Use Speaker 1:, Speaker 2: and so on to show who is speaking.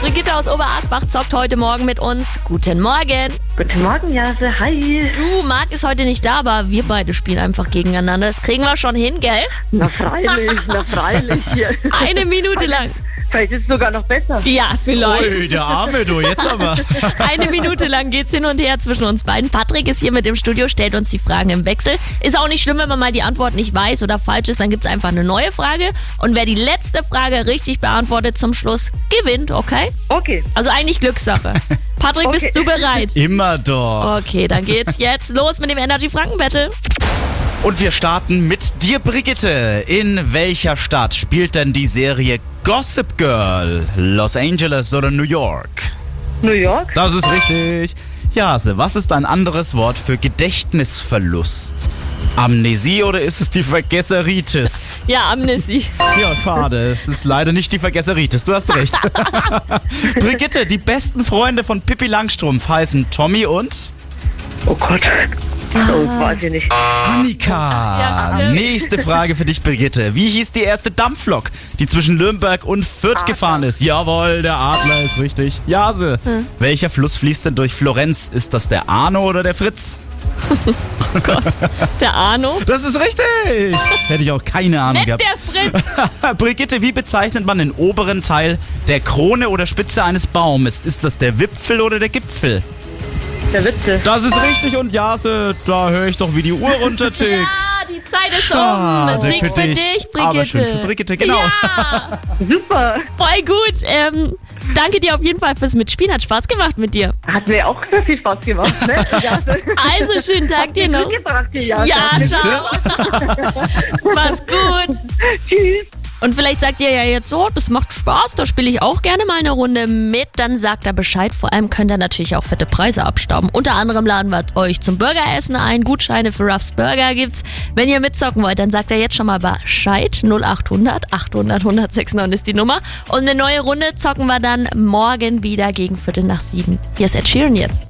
Speaker 1: Brigitte aus Oberasbach zockt heute Morgen mit uns. Guten Morgen.
Speaker 2: Guten Morgen, Jase. Hi.
Speaker 1: Du, Marc ist heute nicht da, aber wir beide spielen einfach gegeneinander. Das kriegen wir schon hin, gell?
Speaker 2: Na freilich, na freilich. Hier.
Speaker 1: Eine Minute lang.
Speaker 2: Vielleicht ist es sogar noch besser.
Speaker 1: Ja, vielleicht.
Speaker 3: Ui, der Arme, du, jetzt aber.
Speaker 1: Eine Minute lang geht's hin und her zwischen uns beiden. Patrick ist hier mit im Studio, stellt uns die Fragen im Wechsel. Ist auch nicht schlimm, wenn man mal die Antwort nicht weiß oder falsch ist, dann gibt's einfach eine neue Frage. Und wer die letzte Frage richtig beantwortet zum Schluss, gewinnt, okay?
Speaker 2: Okay,
Speaker 1: Also eigentlich Glückssache. Patrick,
Speaker 2: Okay.
Speaker 1: bist du bereit?
Speaker 3: Immer doch.
Speaker 1: Okay, dann geht's jetzt los mit dem Energy Franken Battle.
Speaker 3: Und wir starten mit dir, Brigitte. In welcher Stadt spielt denn die Serie Gossip Girl? Los Angeles oder New York?
Speaker 2: New York.
Speaker 3: Das ist richtig. Jase, was ist ein anderes Wort für Gedächtnisverlust? Amnesie oder ist es die Vergesseritis?
Speaker 1: Ja, Amnesty.
Speaker 3: Ja, schade, es ist leider nicht die Vergesseritis, du hast recht. Brigitte, die besten Freunde von Pippi Langstrumpf heißen Tommy und
Speaker 2: Oh Gott. Oh, weiß ich nicht.
Speaker 3: Annika.
Speaker 1: Ja, stimmt.
Speaker 3: Nächste Frage für dich, Brigitte. Wie hieß die erste Dampflok, die zwischen Nürnberg und Fürth
Speaker 1: Ah,
Speaker 3: gefahren ist? Jawohl, der Adler ist richtig. Jase,
Speaker 1: Hm.
Speaker 3: welcher Fluss fließt denn durch Florenz? Ist das der Arno oder der Fritz?
Speaker 1: Der Arno.
Speaker 3: Das ist richtig! Hätte ich auch keine Ahnung
Speaker 1: Nett,
Speaker 3: gehabt.
Speaker 1: der Fritz.
Speaker 3: Brigitte, wie bezeichnet man den oberen Teil der Krone oder Spitze eines Baumes? Ist das der Wipfel oder der Gipfel?
Speaker 2: Der Witze.
Speaker 3: Das ist richtig und Jase, da höre ich doch, wie die Uhr runtertickt.
Speaker 1: Ja, die Zeit ist
Speaker 3: Schade
Speaker 1: um. Sieg
Speaker 3: Ah, für
Speaker 1: für dich,
Speaker 3: dich,
Speaker 1: Brigitte.
Speaker 3: aber schön für Brigitte, genau.
Speaker 1: Ja,
Speaker 2: Super.
Speaker 1: voll gut. Ähm, danke dir auf jeden Fall fürs Mitspielen. Hat Spaß gemacht mit dir.
Speaker 2: Hat mir auch sehr viel Spaß gemacht, ne? Jase.
Speaker 1: Also, schönen Tag dir noch.
Speaker 2: Mitgebracht hier, Jase.
Speaker 1: Ja,
Speaker 3: Siehste?
Speaker 1: ciao. Mach's gut.
Speaker 2: Tschüss.
Speaker 1: Und vielleicht sagt ihr ja jetzt so, das macht Spaß, da spiele ich auch gerne mal eine Runde mit. Dann sagt er Bescheid. Vor allem könnt ihr natürlich auch fette Preise abstauben. Unter anderem laden wir euch zum Burgeressen ein. Gutscheine für Ruffs Burger gibt's. Wenn ihr mitzocken wollt, dann sagt er jetzt schon mal Bescheid. 0800 800 1069 ist die Nummer. Und eine neue Runde zocken wir dann morgen wieder gegen Viertel nach sieben. Hier ist Ed Sheeran jetzt.